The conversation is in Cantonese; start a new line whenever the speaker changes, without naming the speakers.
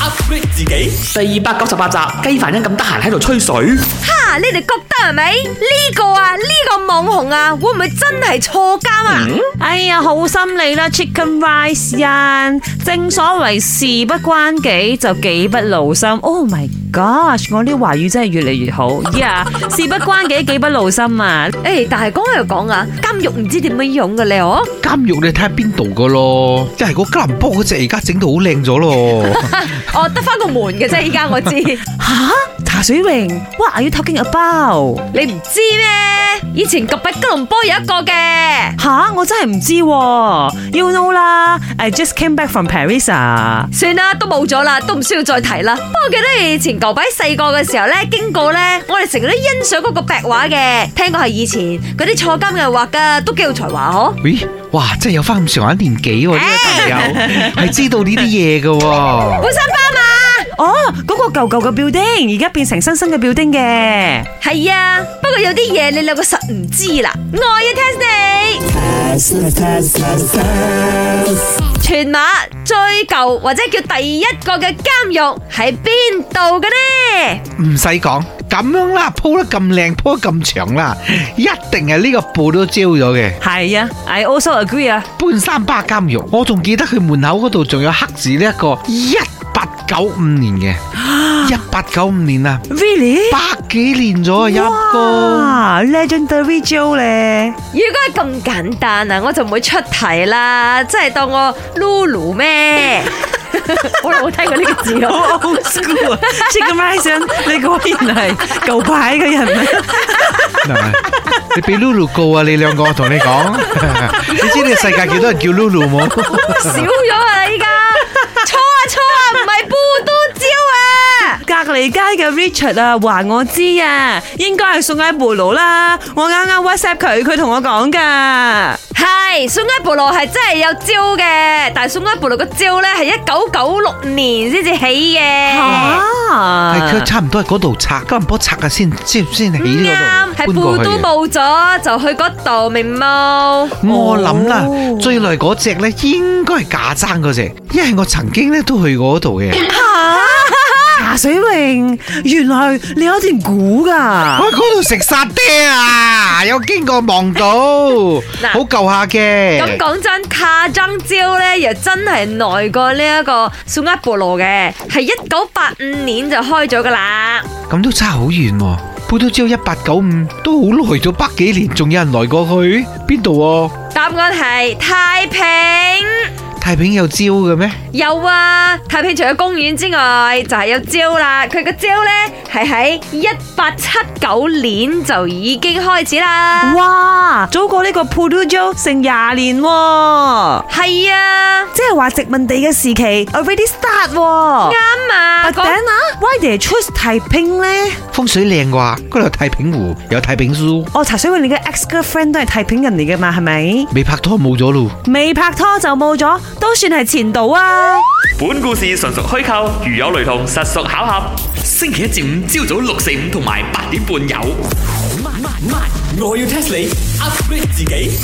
upgrade 自己。第二百九十八集，雞凡欣咁得閒喺度吹水。
哈！啊你哋覺得係咪呢個啊？呢、個網紅啊，會唔會真係坐監啊？
哎呀，好心你啦，Chicken Rice dạ. 人，正所謂事不關己就己不勞心。Oh my gosh，我啲華語真係越嚟越好。Yeah，事不關己，己不勞心啊！
誒、但係講又講啊，監獄唔知點樣用嘅你哦。
監獄你睇下邊度噶咯，即係個吉林坡嗰隻而家整到好靚咗咯。
哦，得翻個門嘅啫，依家我知，你
吓，茶水榮，What are you talking about？
唔知咩？以前及北吉隆坡有一個嘅，
吓，我真係唔知喎，You know 啦，I just came back from Paris à? 啊。
算啦，都冇咗啦，都唔需要再提啦。不過我記得以前舊擺細個嘅時候咧，經過咧，我哋成日都欣賞嗰個壁畫嘅，聽講係以前嗰啲坐監嘅人畫噶，都幾有才華哦嗬。
咦，哇，真係有翻咁上下年紀喎，呢個朋友係知道呢啲嘢嘅。
本身斑馬。
哦，嗰、個舊舊嘅 building 而家變成新新嘅 building 嘅。
系啊，不過有啲嘢你兩個實唔知啦，我要 test 你。全馬最舊或者叫第一個嘅監獄喺邊度嘅呢？
唔使講，咁樣啦，鋪得咁靚，鋪得咁長啦，一定係呢個布都焦咗嘅。
係啊，I also agree à. 啊。
半山巴監獄，我仲記得佢門口嗰度仲有黑字呢一個一八九五年嘅，一八九五年啊，
Really？
百幾年咗啊，一個。
哇，Legendary Joe 咧，
如果係咁簡單啊，我就唔會出題啦，真係當我 Lulu 咩？好耐冇聽過呢個字咯。
好 old school 啊！Chicken Rice，你果然係舊牌嘅人啊！
嗱你俾 Lulu 告啊！你兩個，我同你講，你知呢個世界幾多人叫 Lulu 冇？
少咗啊！依家錯啊錯啊，唔係布都蕉啊！
隔離街嘅 Richard à. 啊，話我知啊，應該係送喺布魯啦。我啱啱 WhatsApp 佢，佢同我講噶。
系宋埃部落系真系有招嘅，但系宋埃部落個招咧係一九九六年先至起嘅。
係
啊
佢差唔多係嗰度拆，吉林坡拆啊先，先先起
唔
嗰
啱，
度，
係
搬
布
過去
都
嘅。
冇咗，就去嗰度明冇。
我諗啦
哦，
最耐嗰只咧應該係架爭嗰只，因為我曾經咧都去過嗰度嘅。
茶水榮，原來你有一段估噶
我。喺嗰度食沙爹啊，有經過望到，好舊下
咁
嘅。
講真，卡爭招咧又真係耐過呢一個宋埃部落嘅，係一九八五年就開咗噶啦。
咁都差好遠喎，搬到只有一八九五，都好耐咗百幾年，仲有人來過去邊度喎？
答案係太平。
太平有招嘅咩？
有啊，太平除咗公園之外，就係有蕉啦。佢個蕉呢，係喺一八七九年就已經開始啦。
哇，早過呢個 p u d u j o 成廿年喎，
係啊，
即係話殖民地嘅時期 already start 喎。
啱啊。
But
講
then 啊，why they choose 太平咧？
風水靚啩，嗰度太平湖有太平書，
哦，茶水榮，你嘅 ex girlfriend 都係太平人嚟嘅嘛，係咪？
未拍拖冇咗咯。
未拍拖就冇咗，都算係前度啊！
本故事純屬虛構，如有雷同，實屬巧合。星期一至五朝早六四五同埋八點半有。
慢慢慢，我要 test 你 upgrade 自己。